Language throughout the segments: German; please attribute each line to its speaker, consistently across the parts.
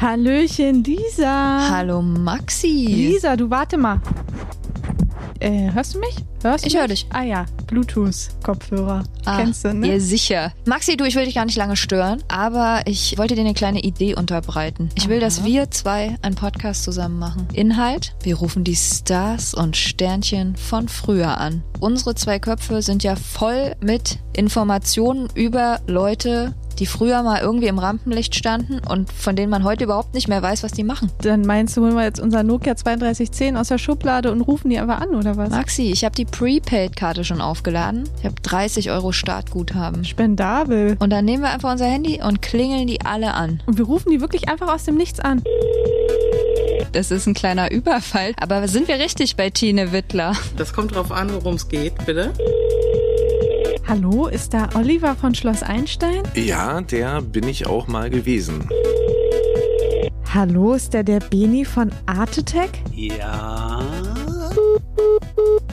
Speaker 1: Hallöchen, Lisa.
Speaker 2: Hallo Maxi.
Speaker 1: Lisa, du warte mal. Äh, hörst du mich? Hörst du
Speaker 2: Ich hör
Speaker 1: mich?
Speaker 2: dich.
Speaker 1: Ah ja, Bluetooth-Kopfhörer.
Speaker 2: Ah,
Speaker 1: Kennst du, ne?
Speaker 2: Ja, sicher. Maxi, du, ich will dich gar nicht lange stören, aber ich wollte dir eine kleine Idee unterbreiten. Ich will, dass wir zwei einen Podcast zusammen machen. Inhalt, wir rufen die Stars und Sternchen von früher an. Unsere zwei Köpfe sind ja voll mit Informationen über Leute, die früher mal irgendwie im Rampenlicht standen und von denen man heute überhaupt nicht mehr weiß, was die machen.
Speaker 1: Dann meinst du, holen wir jetzt unser Nokia 3210 aus der Schublade und rufen die einfach an, oder was?
Speaker 2: Maxi, ich habe die Prepaid-Karte schon aufgeladen. Ich habe 30 Euro Startguthaben.
Speaker 1: Spendabel.
Speaker 2: Und dann nehmen wir einfach unser Handy und klingeln die alle an.
Speaker 1: Und wir rufen die wirklich einfach aus dem Nichts an.
Speaker 2: Das ist ein kleiner Überfall. Aber sind wir richtig bei Tine Wittler?
Speaker 3: Das kommt drauf an, worum es geht, bitte.
Speaker 1: Hallo, ist da Oliver von Schloss Einstein?
Speaker 4: Ja, der bin ich auch mal gewesen.
Speaker 1: Hallo, ist da der Beni von Art Attack?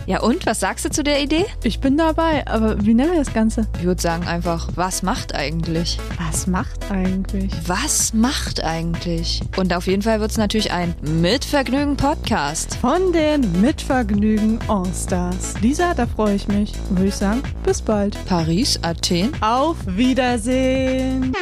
Speaker 2: Ja und, was sagst du zu der Idee?
Speaker 1: Ich bin dabei, aber wie nennen wir das Ganze?
Speaker 2: Ich würde sagen einfach, was macht eigentlich?
Speaker 1: Was macht eigentlich?
Speaker 2: Was macht eigentlich? Und auf jeden Fall wird es natürlich ein Mitvergnügen-Podcast.
Speaker 1: Von den Mitvergnügen Allstars. Lisa, da freue ich mich. Würde ich sagen, bis bald.
Speaker 2: Paris, Athen,
Speaker 1: Auf Wiedersehen.